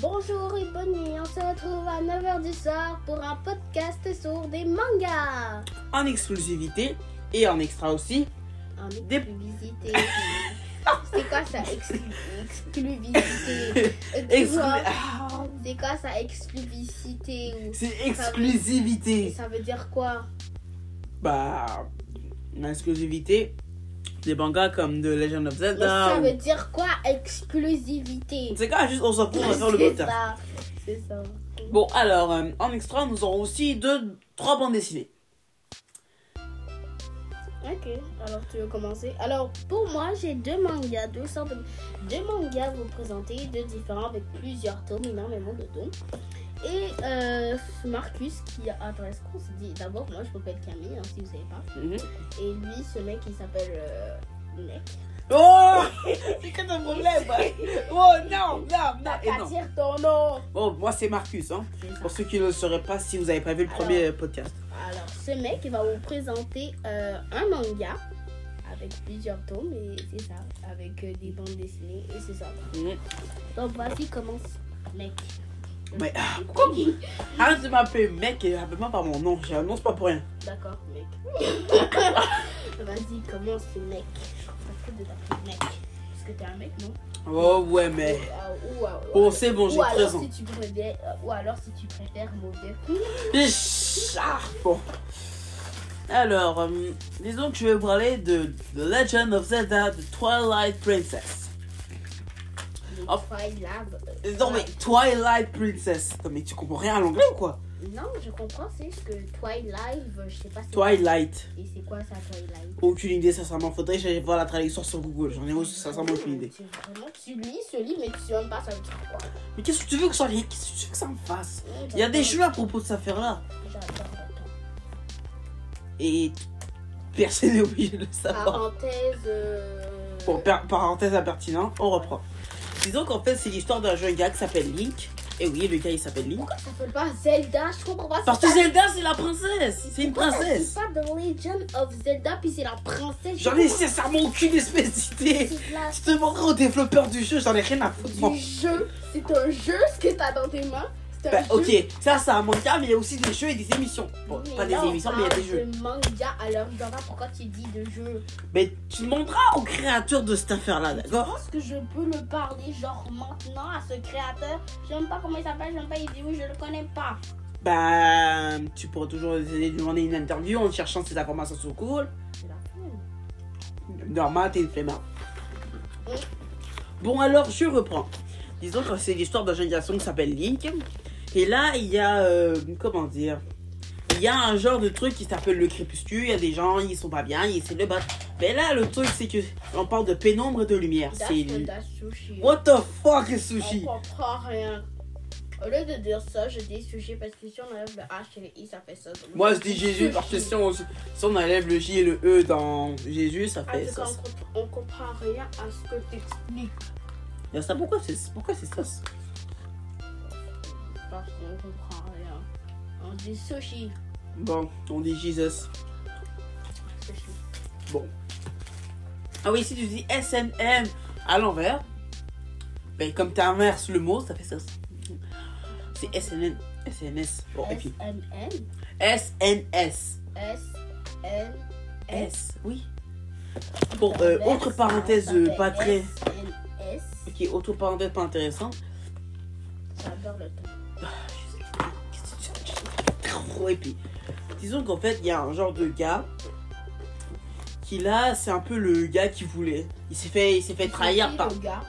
Bonjour et bonne nuit, on se retrouve à 9h du soir pour un podcast sur des mangas. en exclusivité et en extra aussi. En Des- exclusivité. C'est quoi ça, exclu- exclusivité Exclu- Exclu- Ah, C'est quoi ça, exclusivité ou... C'est Et exclusivité. ça veut dire quoi Bah, l'exclusivité des mangas comme de Legend of Mais Ça Zelda. veut ou- dire quoi, exclusivité C'est quand même juste on s'en fout, on va faire le C'est podcast. ça, C'est ça. Bon, alors, euh, en extra, nous aurons aussi deux, trois bandes dessinées. Ok, alors tu veux commencer Alors pour moi, j'ai deux mangas, deux sortes de deux mangas à vous présenter, deux différents avec plusieurs tomes, énormément de tomes. Et euh, Marcus qui adresse qu'on se dit d'abord, moi je m'appelle Camille, hein, si vous savez pas. Mhm. Et lui, ce mec, il s'appelle euh, Mec. Oh C'est quoi ton problème Oh non, non, non, et Pas non. dire ton nom Bon, moi c'est Marcus, hein. C'est ça. Pour ceux qui ne le sauraient pas, si vous n'avez pas vu le premier euh, podcast. Alors ce mec, il va vous présenter euh, un manga avec plusieurs tomes, et c'est ça, avec euh, des bandes dessinées, et c'est ça. Mhm. Donc vas-y, commence, mec. Mais ah, pourquoi vous- arrête de m'appeler mec et appelle-moi par mon nom, j'annonce pas pour rien. D'accord, mec. Vas-y, commence, mec. Ça fait de t'appeler mec. Parce que t'es un mec, non Oh ouais, mais. Ah, Ou, ah, ou, Bon, Oh, c'est bon, j'ai ou alors 13 ans. si tu préfères, euh, ou alors si tu préfères mauvais. Ish, ah, bon. Alors, euh, disons que je vais vous parler de The Legend of Zelda The Twilight Princess. Les Oh. Twilight, euh, Non mais Twilight Princess. Non mais tu comprends rien à l'anglais ou quoi Euh, Non, je comprends, c'est juste que Twilight, euh, je sais pas c'est Twilight. Et c'est quoi ça, Twilight Aucune idée, sincèrement. Faudrait que j'aille voir la traduction sur Google. J'en ai aussi, sincèrement aucune idée. Tu- Vraiment, tu lis ce livre, mais tu sais même pas ça veut dire quoi. Mais qu'est-ce que tu veux que ça, qu'est-ce que tu veux que ça me fasse Il y a des jeux à propos de cette affaire-là. J'adore, j'adore. Et personne n'est obligé de le savoir. Parenthèse. euh, Bon, par- parenthèse impertinente, on reprend. Disons qu'en fait, c'est l'histoire d'un jeune gars qui s'appelle Link. Et oui, le gars il s'appelle Link. Pourquoi ça s'appelle pas Zelda Je comprends pas. Parce c'est que pas- Zelda, c'est la princesse C'est une Pourquoi ça princesse s'appelle pas The Legend of Zelda, puis c'est la princesse. J'en ai sincèrement aucune espèce d'idée C'est la- Je demanderai aux développeurs du jeu, j'en ai rien à foutre. du jeu. C'est un jeu ce que t'as dans tes mains. C'est un Bah, jeu. ok, ça c'est un manga, mais il y a aussi des jeux et des émissions. Bon, Mais pas des là, on émissions, mais il y a parle des jeux. Ah. de manga, alors je vois pas pourquoi tu dis de jeu. Mais tu demanderas aux créateurs de cette affaire-là, d'accord Est-ce que je peux le parler, genre maintenant, à ce créateur Je sais même pas comment il s'appelle, je sais même pas, il dit oui, je le connais pas. Bah, tu pourras toujours essayer de demander une interview en cherchant ces informations sur Google. C'est la flemme. Normal, t'es une flemmarde. Oui. Bon, alors, je reprends. Disons que c'est l'histoire d'un jeune garçon qui s'appelle Link. Et là, il y a. euh, comment dire Il y a un genre de truc qui s'appelle le crépuscule. Il y a des gens, ils sont pas bien, ils essaient de le battre. Mais là, le truc, c'est que on parle de pénombre et de lumière. C'est. Dash, dash, sushi. What the fuck, On Sushi comprend rien. Au lieu de dire ça, je dis sujet parce que si on enlève le H et le I, ça fait ça. Donc, Moi, je je dis dis Jésus sushi. parce que si on, si on enlève le J et le E dans Jésus, ça Ah, fait. c'est qu'on ça. comp- on comprend rien à ce que t'expliques. Mais ça, pourquoi c'est pourquoi c'est ça Parce qu'on comprend rien. On dit sushi. Bon, on dit Jesus. Sushi. Ah oui, si tu dis SNM à l'envers, ben comme tu inverses le mot, ça fait ça. C'est SNN, SNS. Bon, et S puis M N SNS. S N S. S, oui. Bon, euh, autre parenthèse euh, pas très. S N S. Ok, autre parenthèse pas intéressante. J'adore le temps. Trop épais. Disons qu'en fait, il y a un genre de gars qui là, c'est un peu le gars qui voulait. Il s'est fait, il s'est fait trahir Sushi, par. le gars.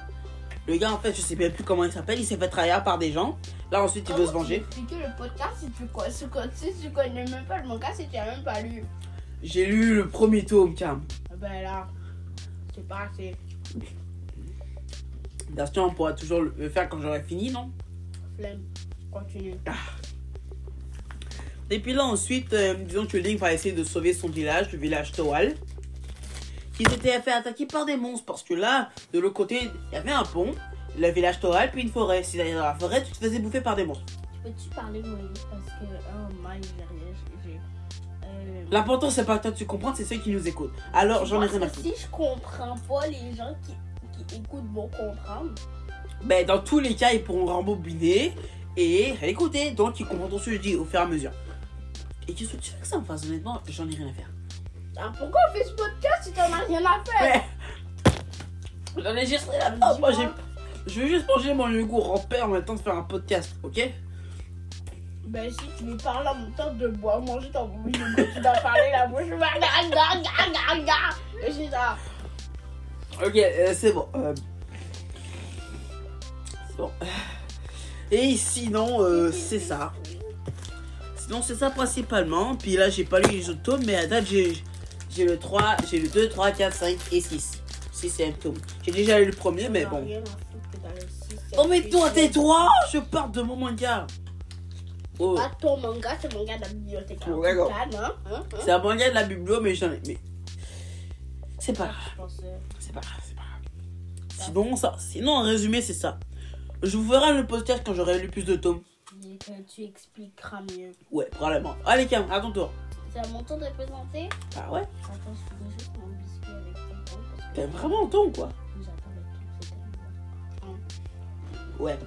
Le gars, en fait, je sais même plus comment il s'appelle. Il s'est fait trahir par des gens. Là, ensuite, il veut se Comment Oh, tu venger. expliques le podcast si tu, co- si tu- si tu connais même pas le manga, si tu as même pas lu. J'ai lu le premier tome, Cam. Ah Ben là, c'est pas assez. D'ailleurs, on pourra toujours le faire quand j'aurai fini, non Flemme. Continue. Et puis là, ensuite, euh, disons que Link va essayer de sauver son village, le village Toal, qui s'était fait attaquer par des monstres. Parce que là, de l'autre côté, il y avait un pont, le village Toal, puis une forêt. Si t'allais dans la forêt, tu te faisais bouffer par des monstres. Peux-tu parler moyen parce que oh my j'ai rien. j'ai- euh, L'important, c'est pas toi de tu comprends, c'est ceux qui nous écoutent. Alors, je j'en ai pense rien à que foutre. Si je comprends pas les gens qui, qui écoutent vont comprendre. ben, dans tous les cas, ils pourront rembobiner et écouter. Donc, ils comprendront ce que je dis au fur et à mesure. Et qu'est-ce que tu fais que ça me fasse Honnêtement, j'en ai rien à faire. Ah, pourquoi on fait ce podcast si t'en as rien à faire Ouais. J'en ai juste rien à faire. Ah, Moi, j'ai- Je vais juste manger mon yogourt en paix en même temps de faire un podcast, ok Ben si tu me parles en même temps de boire, manger ton bruit, donc tu dois parler la bouche. Ga, ga, ga, ga, ga. Et c'est ça. Ok, euh, c'est bon. euh. C'est bon. Et sinon, euh, c'est ça. Sinon, c'est ça principalement. Puis là, j'ai pas lu les autres tomes, mais à date, j'ai j'ai le 3, j'ai le 2, 3, 4, 5 et 6. 6 et un tome. J'ai déjà lu le premier, Ah, mais J'en ai bon. rien à foutre que t'as le six, sept, Oh, mais huit, toi, neuf. t'es toi Je pars de mon manga Oh, Ah, ton manga, c'est le manga de la bibliothèque. Oh, d'accord. Africaine, hein, hein, hein. c'est un manga de la biblio, mais j'en ai. Mais... C'est pas grave. Je euh, pensais- C'est pas grave, c'est pas grave. Sinon, ça, sinon, en résumé, c'est ça. Je vous ferai le podcast quand j'aurai lu plus de tomes. dis que tu expliqueras mieux. Ouais, probablement. Allez, Cam, à ton tour. C'est à mon tour de présenter. Ah ouais Attends, je finis juste mon biscuit avec ton pain parce que T'aimes vraiment ton ou quoi nous attend le temps, c'est tellement bon. Ouais.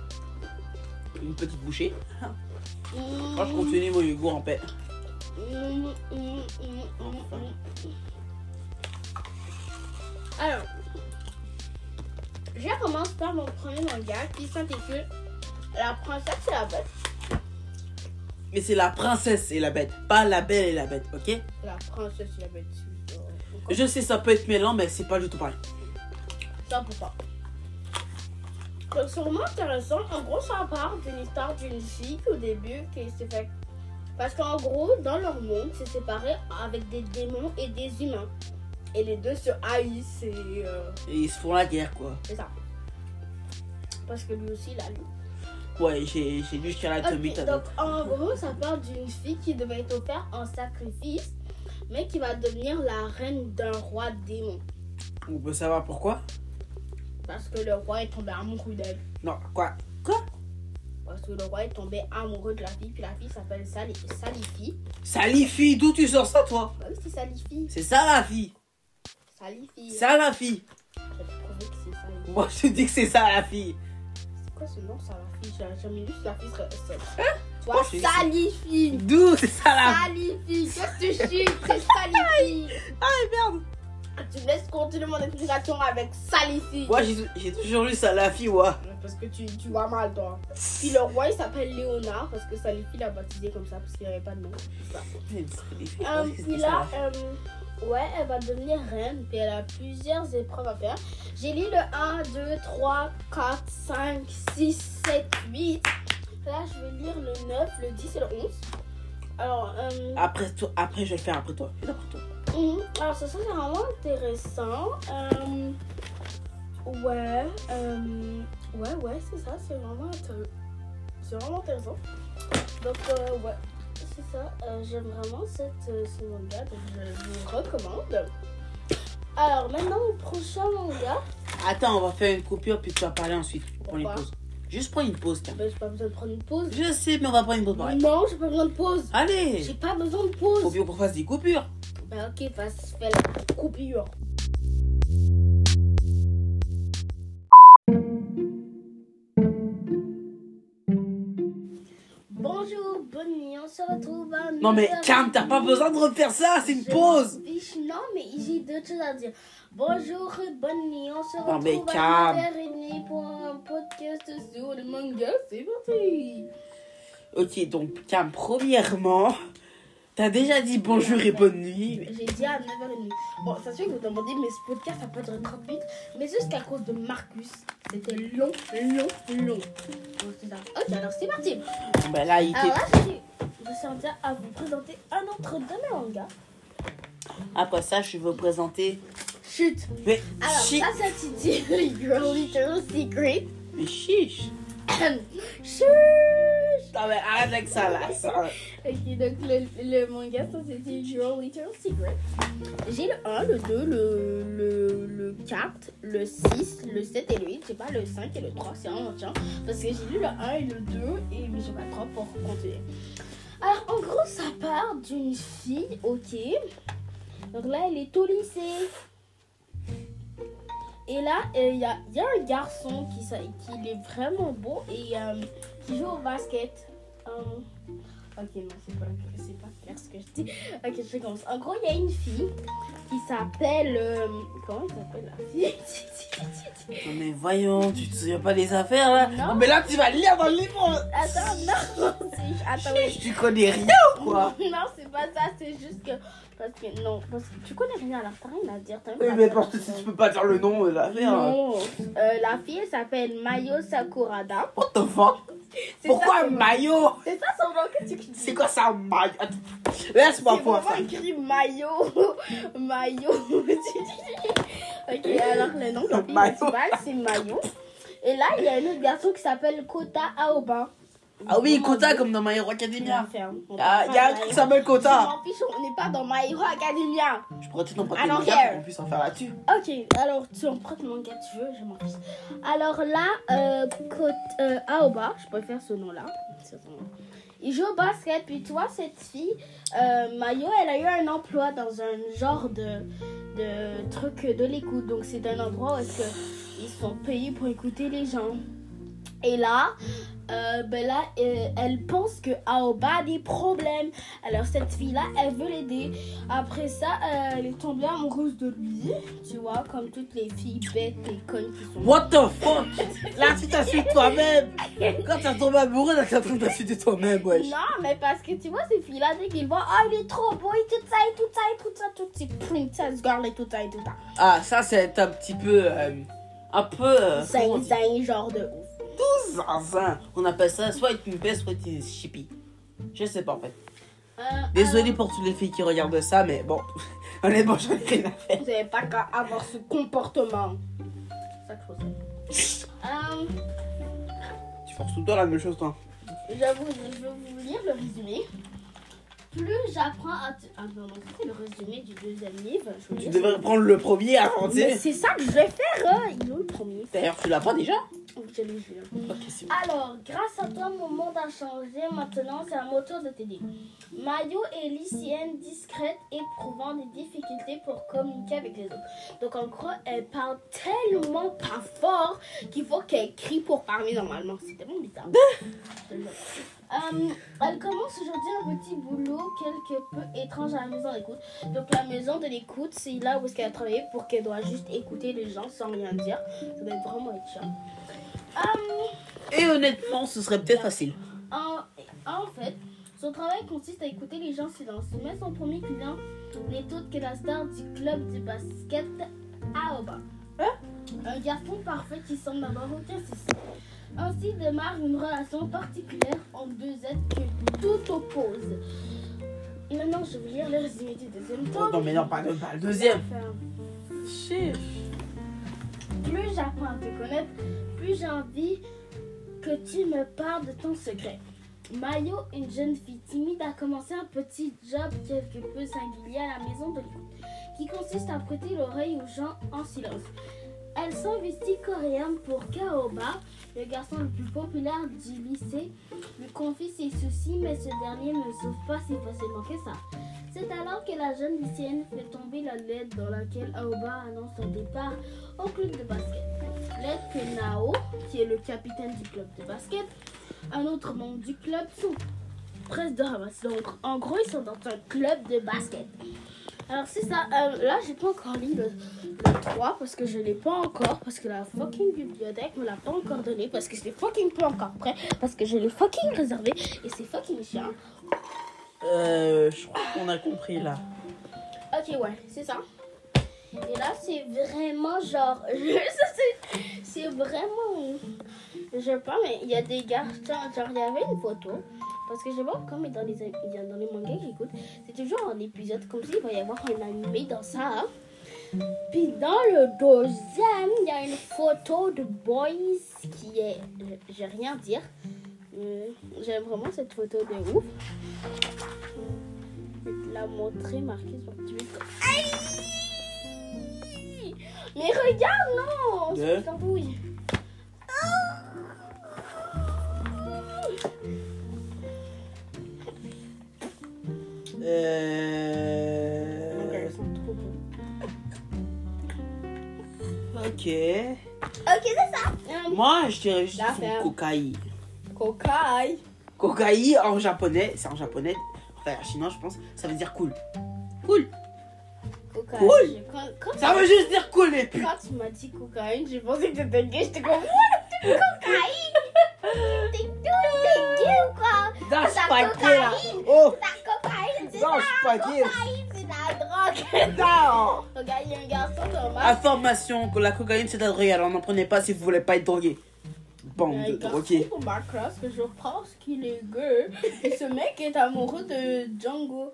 Une petite bouchée. Moi, je Mmh. continue mon yogourt en paix. Alors, je commence par mon premier manga qui s'intitule La princesse et la bête. Mais c'est la princesse et la bête, pas la belle et la bête, ok La princesse et la bête. c'est- euh, encore- Je sais, ça peut être mêlant, mais c'est pas du tout pareil. Ça pour ça. Donc, c'est vraiment intéressant. En gros, ça part d'une histoire d'une fille au début qui s'est fait. Parce qu'en gros, dans leur monde, c'est séparé avec des démons et des humains. Et les deux se haïssent et. euh, Et ils se font la guerre, quoi. C'est ça. Parce que lui aussi, il a lu. Ouais, j'ai j'ai lu jusqu'à la tomite. Ok, donc en gros, ça parle d'une fille qui devait être offerte en sacrifice, mais qui va devenir la reine d'un roi démon. On peut savoir pourquoi Parce que le roi est tombé amoureux d'elle. Non, quoi Parce que le roi est tombé amoureux de la fille, puis la fille s'appelle Sali- Salifi. Salifi, d'où tu sors ça, toi Bah oui, c'est Salifi. C'est ça, la fille Salifi. Ça, la fille Je vais te prouver que c'est Salifi. Moi, je te dis que c'est ça la fille. C'est quoi ce nom, Salifi J'ai jamais lu Salifi serait seule. Oh, Toi, je suis- Ah. Salifi. D'où c'est ça la Salifi. Qu'est-ce que tu chies C'est Salifi. fille merde. Tu me laisses continuer mon explication avec Salifi. Moi, j'ai j'ai toujours lu ça la fille, moi. Parce que tu, tu vois mal, toi. Puis le roi, il s'appelle Léonard, parce que Salifi l'a baptisé comme ça, parce qu'il n'y avait pas de nom. Euh, puis là, euh, ouais, elle va devenir reine, puis elle a plusieurs épreuves à faire. J'ai lu le 1, 2, 3, 4, 5, 6, 7, 8. Là, je vais lire le 9, le 10 et le 11. Alors, euh, Après toi, après je vais le faire après toi. Et après toi. Mhm. Alors, ça, ça, c'est vraiment intéressant. Euh, ouais, euh, ouais, ouais, c'est ça, c'est vraiment, intér- c'est vraiment intéressant. Donc, euh, ouais, c'est ça. Euh, J'aime vraiment cette, euh, ce manga, donc je vous recommande. Alors, maintenant, le prochain manga. Attends, on va faire une coupure puis tu vas parler ensuite. On prend une Pourquoi pause. Juste prends une pause, Cam. Ben, j'ai pas besoin de prendre une pause. Je sais, mais on va prendre une pause pareil. Non, j'ai pas besoin de pause. J'ai Allez. pas besoin de Faut pause. bien qu'on fasse des coupures. Ben, ok, vas fais la coupure. Bonjour, bonne nuit, on se retrouve à Non mais 9h30. Cam, t'as pas besoin de refaire ça. C'est une Je pause. m'en fiche, Non mais j'ai deux choses à dire. Bonjour, bonne nuit, on se Non, retrouve mais à Cam. 9h30 pour un podcast sur le manga. C'est parti Ok, donc Cam, premièrement, t'as déjà dit bonjour et bonne nuit. J'ai dit à 9h30. Bon, ça se fait que vous demandez, mais ce podcast a pas duré 30 minutes. Mais c'est juste qu'à cause de Marcus, c'était long, long, long. Donc, c'est ça. Ok, alors c'est parti. Ben là, il était. Alors là, je suis- je suis en train à vous présenter un autre de mes mangas. Après ça, je vais vous présenter. Chut. Mais Alors, chi- ça s'intitule Your Little Secret. mais chiche. Chut. Non mais arrête avec ça là. ça. Ok, donc le, le manga, ça c'était Your Little Secret. J'ai le 1, le 2, le, le, le 4, le 6, le 7 et le 8. J'ai pas le 5 et le 3, c'est un maintien. Parce que j'ai lu le 1 et le 2, et mais j'ai pas le 3 pour continuer. Alors en gros, ça part d'une fille, ok. Donc là, elle est au lycée. Et là, euh, il y, a, il y a un garçon qui, s'a- qui il est vraiment beau et euh, qui joue au basket. Euh, ok, non, c'est pas, c'est pas clair ce que je dis. Ok, je recommence. En gros, il y a une fille qui s'appelle. euh, comment elle s'appelle la fille Non, mais voyons, tu te souviens pas des affaires là Non. mais là tu vas lire dans le livre hein. Attends, non c'est- Attends, Ah, oui. Tu connais rien ou quoi Non, c'est pas ça, c'est juste que. Parce que non, parce que tu connais rien, alors t'as rien à dire. t'as même Oui, pas mais de- parce que si tu peux pas dire le nom de l'affaire. hein. Non, Euh, la fille elle s'appelle Mayo Sakurada. What the fuck C'est Pourquoi ça un son nom. maillot C'est ça son nom, qu'est-ce que tu dis C'est quoi ça un maillot Attends, Laisse-moi C'est voir vraiment ça. écrit maillot. maillot. ok, alors le nom de la fille Maillot. principale, c'est maillot. Et là, il y a un autre garçon qui s'appelle Kota Aoba. Ah oui, Kota comme dans My Hero Academia. Il Ah, il y a un truc qui s'appelle Kota. on n'est pas dans My Hero Academia. Je pourrais peut-être emprunter I don't mon gars care. pour qu'on puisse en faire là-dessus. Ok, alors tu empruntes mon gars, tu veux, je m'en fiche. Alors là, euh, côte, euh, Aoba, je préfère ce nom-là. c'est son nom. Il joue au basket, puis toi, cette fille, euh, Mayo, elle a eu un emploi dans un genre de, de truc de l'écoute. Donc c'est un endroit où est-ce que ils sont payés pour écouter les gens. Et là, euh, ben là, euh, elle pense que Aoba a des problèmes. Alors cette fille-là, elle veut l'aider. Après ça, euh, elle est tombée amoureuse de lui. Tu vois, comme toutes les filles bêtes et connes qui sont. What the fuck Là, tu t'insultes toi-même. Quand t'as tombé amoureux, là, t'es en train de t'insulter toi-même, wesh. Non, mais parce que tu vois, ces filles-là, dès qu'ils voient, oh, il est trop beau, et tout ça, et tout ça, et tout ça, toutes ces princess girls, et tout ça, et tout ça. Ah, ça, c'est un petit peu. euh, un peu. euh, comment on Zing, dit zing, genre de ouf. Tout zinzin. On appelle ça soit être une paix, soit être une chippie. Je sais pas en fait. Euh, Désolé pour toutes les filles qui regardent ça, mais bon. Honnêtement, j'en ai rien à faire. alors, Vous n'avez pas qu'à avoir ce comportement. C'est ça que je pensais. Euh, Tu forces tout le temps la même chose, toi. J'avoue, je vais vous lire le résumé. Plus j'apprends à. te- Ah non, non, c'était le résumé du deuxième livre. je vous Tu laisse. devrais prendre le premier avant, tu Mais sais. c'est ça que je vais faire, hein. ils ont le premier. Oh, D'ailleurs, tu l'as pas déjà Donc, je les jure. Ok, c'est bon. Alors, grâce à toi, mon monde a changé. Maintenant, c'est à mon tour de t'aider. Mayo est lycéenne discrète, éprouvant des difficultés pour communiquer avec les autres. Donc, en gros, elle parle tellement pas fort qu'il faut qu'elle crie pour parler normalement. C'est tellement bizarre. Je te jure. Euh, elle commence aujourd'hui un petit boulot quelque peu étrange à la maison d'écoute. Donc la maison de l'écoute, c'est là où est-ce qu'elle a travaillé pour qu'elle doit juste écouter les gens sans rien dire. Ça doit être vraiment être chiant. Euh, Et honnêtement, ce serait peut-être facile. en, en fait, son travail consiste à écouter les gens silencieux. Mais son premier client n'est autre que la star du club du basket Aoba. Un garçon parfait qui semble n'avoir aucun souci. Ainsi démarre une relation particulière entre deux êtres que tout oppose. Maintenant, je vais lire le résumé du deuxième Oh, tome. non, mais non, pas le, pas le deuxième. Enfin, Chiche. plus j'apprends à te connaître, plus j'ai envie que tu me parles de ton secret. Mayo, une jeune fille timide, a commencé un petit job quelque peu singulier à la maison de l'écoute, qui consiste à prêter l'oreille aux gens en silence. Elle s'investit coréenne pour Kaoba, le garçon le plus populaire du lycée, lui confie ses soucis, mais ce dernier ne s'ouvre pas si facilement que ça. C'est alors que la jeune lycéenne fait tomber la lettre dans laquelle Aoba annonce son départ au club de basket. Lettre que Nao, qui est le capitaine du club de basket, un autre membre du club, sont presque de ramasse. Donc en gros, ils sont dans un club de basket. Alors c'est ça, euh, là j'ai pas encore lu le, le 3 parce que je l'ai pas encore, parce que la fucking bibliothèque me l'a pas encore donné, parce que je l'ai fucking pas encore prêt, parce que je l'ai fucking réservé et c'est fucking chiant. Euh, je crois qu'on a compris là. Ok, ouais, c'est ça. Et là, c'est vraiment genre. ça, c'est- c'est vraiment. Je sais pas, mais il y a des garçons. Genre, il y avait une photo. Parce que je vois, comme dans les, il y a dans les mangas que j'écoute, c'est toujours un épisode comme s'il va y avoir un animé dans ça. hein. Puis dans le deuxième, il y a une photo de Boys qui est. je- Je vais rien dire. Euh, J'aime vraiment cette photo de ouf. Je vais te la montrer marquée sur Twitter. Aïe Mais regarde, non on se Deux. cambouille. Euh. Euh, trop beaux. Ok. Ok. Ok, c'est ça. Hum, Moi, je dirais juste La son ferme. cocaïne. Kokai. Kokai en japonais, c'est en japonais, enfin en chinois je pense, ça veut dire cool. Cool. Kokai. Cool. Je- Quand, quand, Ça veut juste dire cool les putes. quand tu m'as dit cocaïne, j'ai pensé que t'étais gay, j'étais comme. Cocaïne T'es tout t'es gay ou quoi Dans Ça ce paquet là. cocaïne. Oh, La cocaïne, c'est dans ce paquet. cocaïne, c'est la drogue. Ah, Non. Regarde, il y a un garçon normal. Information que la cocaïne c'est de la drogue, alors n'en prenez pas si vous voulez pas être drogué. Bande de Un garçon drogués. pour ma classe que je pense qu'il est gay. Et ce mec est amoureux de Django.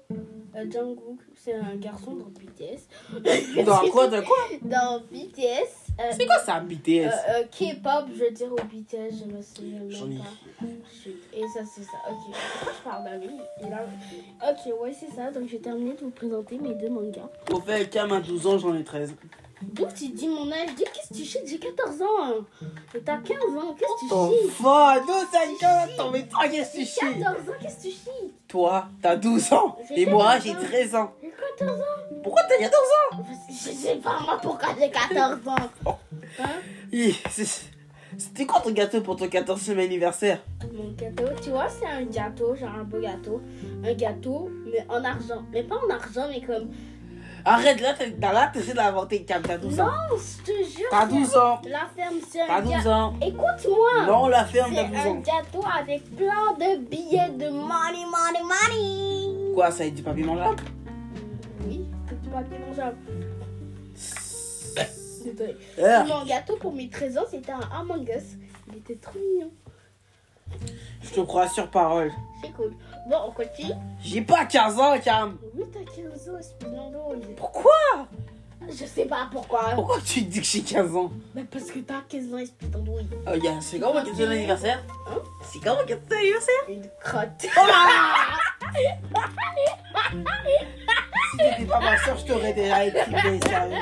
Euh, Django, c'est un garçon dans BTS. Dans quoi, dans quoi Dans BTS. euh, C'est quoi ça, euh, BTS euh, K-pop, je veux dire, au BTS, je me souviens J'en même ai. pas. Chut, Et ça, c'est ça. Ok. Pourquoi je parle d'amis Il a- Ok, ouais, c'est ça. Donc, j'ai terminé de vous présenter mes deux mangas. Au fait, Cam a 12 ans, j'en ai 13. D'où tu dis mon âge Dis qu'est-ce que tu chies J'ai 14 ans. hein. Et t'as 15 ans. Qu'est-ce Ton que tu chies fort, d'où ça vient Ton métro, qu'est-ce que tu J'ai chies 14 ans. Qu'est-ce que tu chies Toi, t'as 12 ans. J'ai Et moi, 14 j'ai ans. 13 ans. J'ai 14 ans. Pourquoi t'as 14 ans Parce que je sais pas moi pourquoi j'ai 14 ans. Hein Hi, c'est- C'était quoi ton gâteau pour ton 14e anniversaire Mon gâteau, tu vois, c'est un gâteau, genre un beau gâteau. Un gâteau, mais en argent. Mais pas en argent, mais comme. Arrête là, t'es là, t'essaies d'inventer Cam, t'as 12 ans. Non, je te jure. T'as c'est- 12 ans. La ferme, c'est T'as un 12 gâteau. ans. Écoute-moi. Non, la ferme, C'est t'as 12 un ans. gâteau avec plein de billets de money, money, money. Quoi, ça a été du papier mangeable Oui, c'est du papier mangeable. Désolé. Ah, Mon gâteau pour mes 13 ans, c'était un Among Us. Il était trop mignon. Je te crois sur parole. C'est cool. Bon, on continue. J'ai pas 15 ans, Cam. Oui, t'as 15 ans, Spinando. Pourquoi Je sais pas pourquoi. Pourquoi tu dis que j'ai 15 ans Mais parce que t'as 15 ans, Spinando. Oh, gars, c'est quand mon 14e anniversaire Hein C'est quand mon 14e anniversaire Une crotte. Si t'étais pas ma soeur, je t'aurais déjà équipé, sérieux.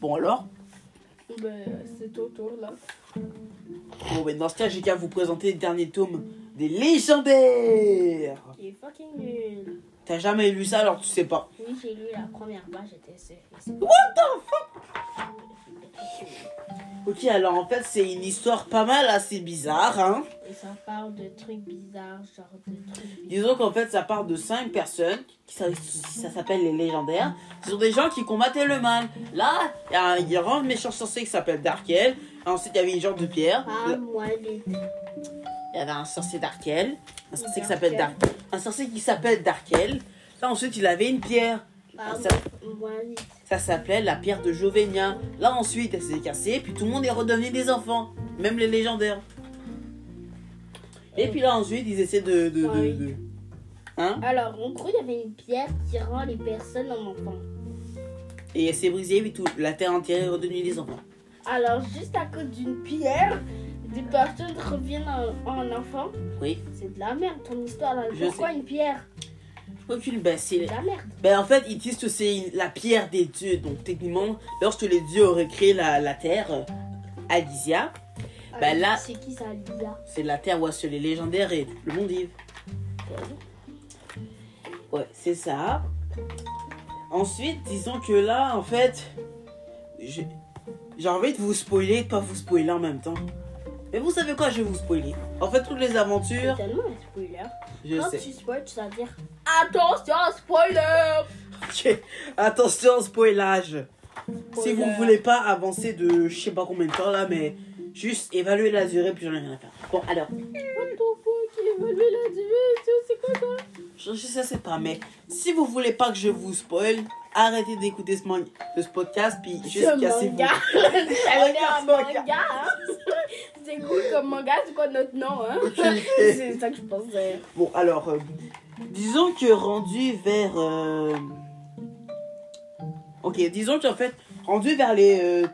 Bon, alors Ben, c'est ton tour là. Bon, ben dans ce cas, j'ai qu'à vous présenter le dernier tome des légendaires. Qui est fucking nul. T'as jamais lu ça, alors tu sais pas. Oui, j'ai lu la première page, j'étais sûre. Ok, alors en fait, c'est une histoire pas mal assez bizarre, hein. Et ça parle de trucs bizarres, genre de trucs bizarres. Disons qu'en fait, ça part de cinq personnes, qui s'a- ça s'appelle les légendaires. Ce sont des gens qui combattaient le mal. Là, il y a un- il y a un méchant sorcier qui s'appelle Darkel. Ensuite, il y avait une genre de pierre. Ah, moi, les Il y avait un sorcier Darkel. Un sorcier qui Darkel. s'appelle Dar- Un sorcier qui s'appelle Darkel. Là, ensuite, il avait une pierre. Ah, Ça- moi, moi, les- Ça s'appelait la pierre de Jovenia. Là ensuite, elle s'est cassée, puis tout le monde est redevenu des enfants, même les légendaires. Et puis là ensuite, ils essaient de. de, de, de- Hein Alors, en gros, il y avait une pierre qui rend les personnes en enfant. Et elle s'est brisée, puis tout, la terre entière est redevenue des enfants. Alors, juste à cause d'une pierre, des personnes reviennent en, en enfant. Oui. C'est de la merde ton histoire là. Je Pourquoi une pierre Aucune C'est bacille. de la merde. Ben en fait, ils disent que c'est une- la pierre des dieux. Donc techniquement, lorsque les dieux auraient créé la, la terre, euh, Adisia, Bah, Alors, là- C'est qui ça, Lisa c'est la terre où se les légendaires et le monde vivent. Ouais, c'est ça. Ensuite, disons que là, en fait, j'ai j'ai envie de vous spoiler, de pas vous spoiler en même temps. Mais vous savez quoi, je vais vous spoiler. En fait, toutes les C'est aventures, tellement un spoiler. je Quand sais. tu spoil, tu vas dire Attention, spoiler Ok, Attention, spoilage. Si vous Spoiler. voulez pas avancer de je sais pas combien de temps là, mais juste évaluer la durée, puis j'en ai rien à faire. Bon, alors, What the fuck Il veut lui la division, c'est quoi ça je, je sais, c'est pas, mais si vous voulez pas que je vous spoil, arrêtez d'écouter ce, man- ce podcast, puis juste cassez-vous. manga C'est un Regarde ce manga. manga hein. C'est cool comme manga, c'est quoi notre nom hein C'est ça que je pensais. Bon, alors, euh, disons que rendu vers. euh, Ok, disons qu'en fait, rendu vers les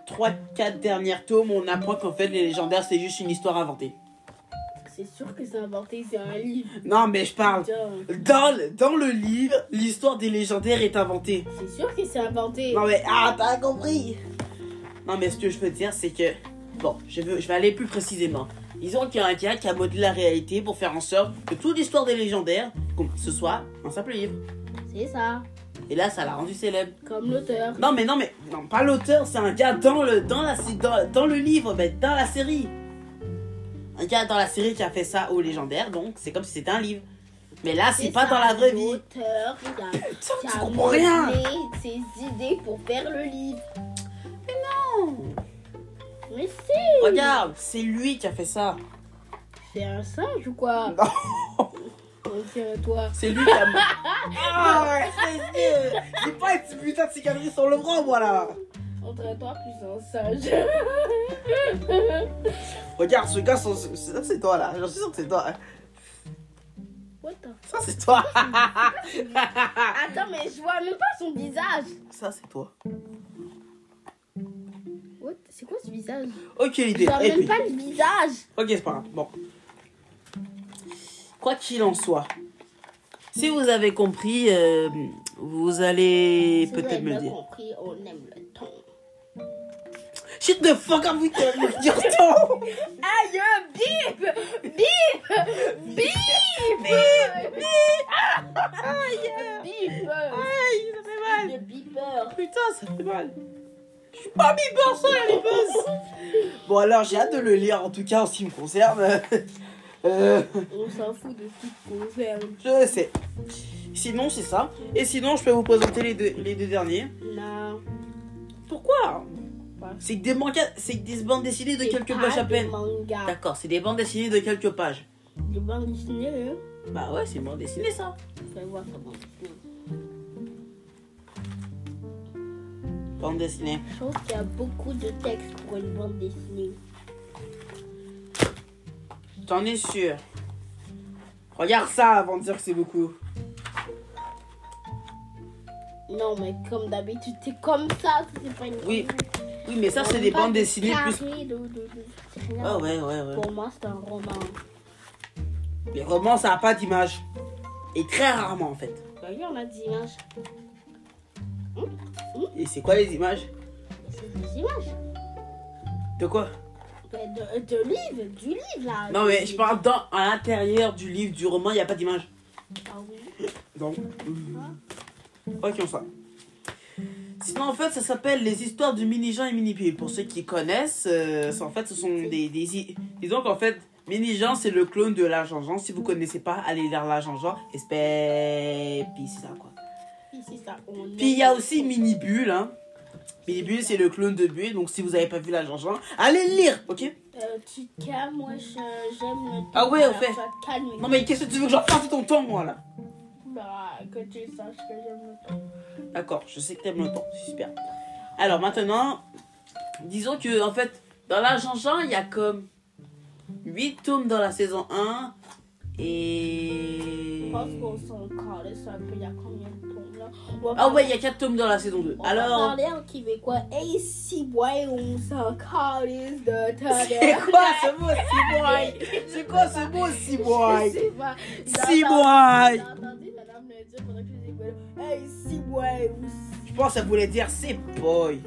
3-4 dernières tomes, on apprend qu'en fait, les légendaires, c'est juste une histoire inventée. C'est sûr que c'est inventé, c'est un livre. Non, mais je parle. Putain. Dans le, dans le livre, l'histoire des légendaires est inventée. C'est sûr que c'est inventé. Non, mais. Ah, t'as compris Non, mais ce que je veux dire, c'est que. Bon, je, veux, je vais aller plus précisément. Disons qu'il y a un gars qui a modelé la réalité pour faire en sorte que toute l'histoire des légendaires, comme ce soit un simple livre. C'est ça. Et là, ça l'a rendu célèbre. Comme l'auteur. Non, mais non, mais non, pas l'auteur, c'est un gars dans le, dans, la, dans, dans le livre, mais dans la série. Un gars dans la série qui a fait ça au légendaire, donc c'est comme si c'était un livre. Mais là, c'est pas ça, dans la vraie vie. L'auteur, il a, Putain, il tu a comprends rien. modelé ses idées pour faire le livre. Mais si Regarde, c'est lui qui a fait ça. C'est un singe ou quoi Non, On dirait toi. c'est lui qui a. Ah, c'est C'est pas une putain de cicatrice sur le bras, voilà. On dirait toi plus un singe. Regarde, ce gars, son- ça c'est toi là. J'en suis sûr que c'est toi. hein. What the Ça c'est toi. Ah. Attends, mais je vois même pas son visage. Ça c'est toi. What C'est quoi ce visage Ok, Je l'idée. vois Eh, même puis. pas le visage. Ok, c'est pas grave. Bon. Quoi qu'il en soit, si vous avez compris, euh, vous allez Si vous peut-être avez me bien le dire. compris, on aime le temps. Shit the fuck up with your- with your tongue. Aïe, euh, bip Bip Bip euh, Bip, bip. Aïe Bip euh, Aïe, ça fait mal. Le beeper. Putain, ça fait mal. Je suis pas mi-peur sans la liposuction. Bon, alors j'ai hâte de le lire en tout cas en ce qui me concerne. Euh, On s'en fout de tout ce qu'on fait. hein. je sais. Sinon, c'est ça. Et sinon, je peux vous présenter les deux, les deux derniers. Non. Pourquoi Parce C'est que des mangas, c'est que des bandes dessinées de c'est quelques pas pages à des peine. mangas. D'accord, c'est des bandes dessinées de quelques pages. Des bandes dessinées, hein. Bah ouais, c'est une bande dessinée ça. Fais voir ta bande dessinée. Bande dessinée. Je pense qu'il y a beaucoup de textes pour une bande dessinée. T'en es sûr Regarde ça avant de dire que c'est beaucoup. Non, mais comme d'habitude, c'est comme ça, c'est pas une. Oui. Oui, mais ça, c'est des bandes dessinées plus. Ah ouais. ouais, ouais, ouais. Pour moi, c'est un roman. Les romans, ça n'a pas d'image. Et très rarement, en fait. Bah oui, on a des images. Et c'est quoi les images C'est des images. De quoi Bah, de, de livres, du livre là. Non, Des- mais je parle dans, à l'intérieur du livre, du roman, il n'y a pas d'image. Ah oui. Donc, quoi qu'il en soit. Sinon, en fait, ça s'appelle les histoires du mini-jean et mini-pile. Pour ceux qui connaissent, euh, c'est- en fait, ce sont des. des i- disons qu'en fait, mini-jean, c'est le clone de la jean Si vous connaissez pas, allez lire la jean Espèce. Puis c'est ça, quoi. Puis c'est ça. on Puis il y aime. a aussi Mini Bulle. Hein. Mini Bulle, c'est le clone de Bulle. Donc si vous n'avez pas vu la Jean-Jean, allez le lire, ok Euh, tu te calmes, moi je- j'aime le. Ah ouais, Alors, au fait. Tu vas te calmer. Non mais qu'est-ce que tu veux que j'en fasse de ton temps, moi, là Bah, que tu saches que j'aime le temps. D'accord, je sais que t'aimes le temps, c'est super. Alors maintenant, disons que, en fait, dans la Jean-Jean, il y a comme 8 tomes dans la saison 1. Et... Je pense qu'on s'en calme, ça peut y a combien de temps là On va Ah ouais, parler- il y a 4 tomes dans la saison 2. On va Alors... parler en québécois. Et si, ouais, on s'en calme de ta C'est quoi ce mot, Ciboy C'est quoi ce mot, Je Ciboy sais pas. Ciboy J'ai entendu madame le dire pendant que je faisais quoi, là. Hey, si, ouais, Je pense que ça voulait dire c'est boy.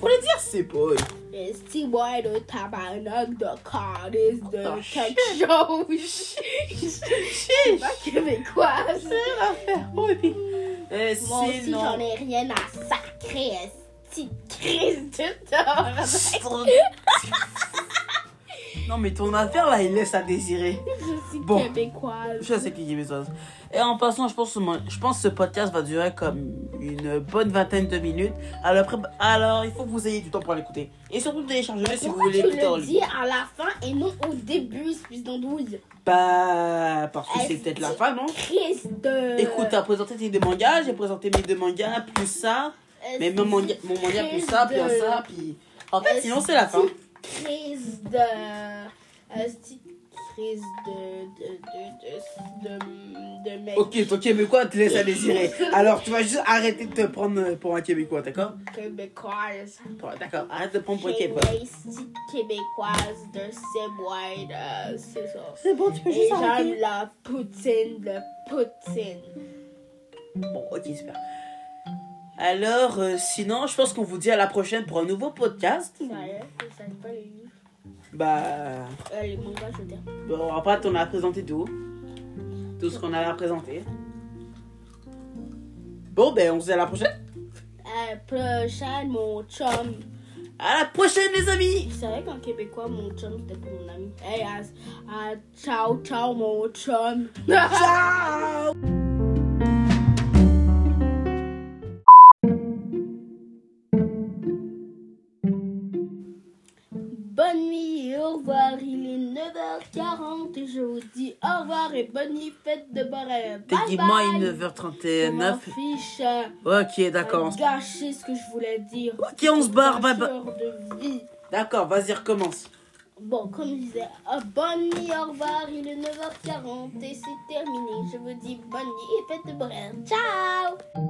Voulait dire c'est boy. Et si, ouais, le tabarnak de calice Oh, de quelque chose. Je suis pas québécoise. Oh, et puis. Euh, Moi aussi, sinon- j'en ai rien à sacrer. Esti de crise de Ah, tort. non, mais ton affaire là, il laisse à désirer. Je suis Bon. québécoise. Je sais qu'il y a besoin. Et en passant, je pense, que mon- je pense que ce podcast va durer comme une bonne vingtaine de minutes. Alors, après- alors il faut que vous ayez du temps pour l'écouter. Et surtout, téléchargez-le si vous Pourquoi voulez tu l'écouter en le ligne. dis à la fin et non au début, espèce d'andouille Bah, parce que c'est Est-ce peut-être la que- fin, non Crise de... Écoute, t'as présenté tes deux mangas, j'ai présenté mes deux mangas, plus ça. Euh, Mais mon manga, Esti de mon manga plus crise ça, puis de- Euh, ça, puis. En fait, sinon, c'est la fin. crise de. Esti de crise de. de. de. de. de, de mec Ok, ton québécois te laisse à désirer. Alors, tu vas juste arrêter de te prendre pour un québécois, d'accord québécoise. Bon, D'accord, arrête de prendre pour un J'ai québécois. une esti de québécoise de Sebouide, euh, c'est ça. C'est bon, tu peux Et j'aime la poutine, la poutine. Bon, ok, super. Alors, euh, sinon, je pense qu'on vous dit à la prochaine pour un nouveau podcast. Ouais, ça aime pas les livres. Bah, Euh, les mangas, je veux dire. bon, en fait, on a présenté tout. Tout ce qu'on avait à présenter. Bon, ben, on se dit à la prochaine. À la Euh, prochaine, mon chum. À la prochaine, les amis. C'est vrai qu'en québécois, mon chum, c'était pour mon ami. Hey, à, à- ciao, ciao, mon chum. Ciao. Bonne nuit et au revoir. Il est 9h40 et je vous dis au revoir et bonne nuit, fête de Borel. Bye Techniquement, bye. il est Je m'en 9h39. fiche. euh, Ok, d'accord. on se- Gâcher ce que je voulais dire. Ok, on se barre. Bye bye. Gâcheur de vie. D'accord, vas-y, recommence. Bon, comme je disais, euh, bonne nuit, au revoir, il est 9h40 et c'est terminé. Je vous dis bonne nuit et faites de bonheur. Ciao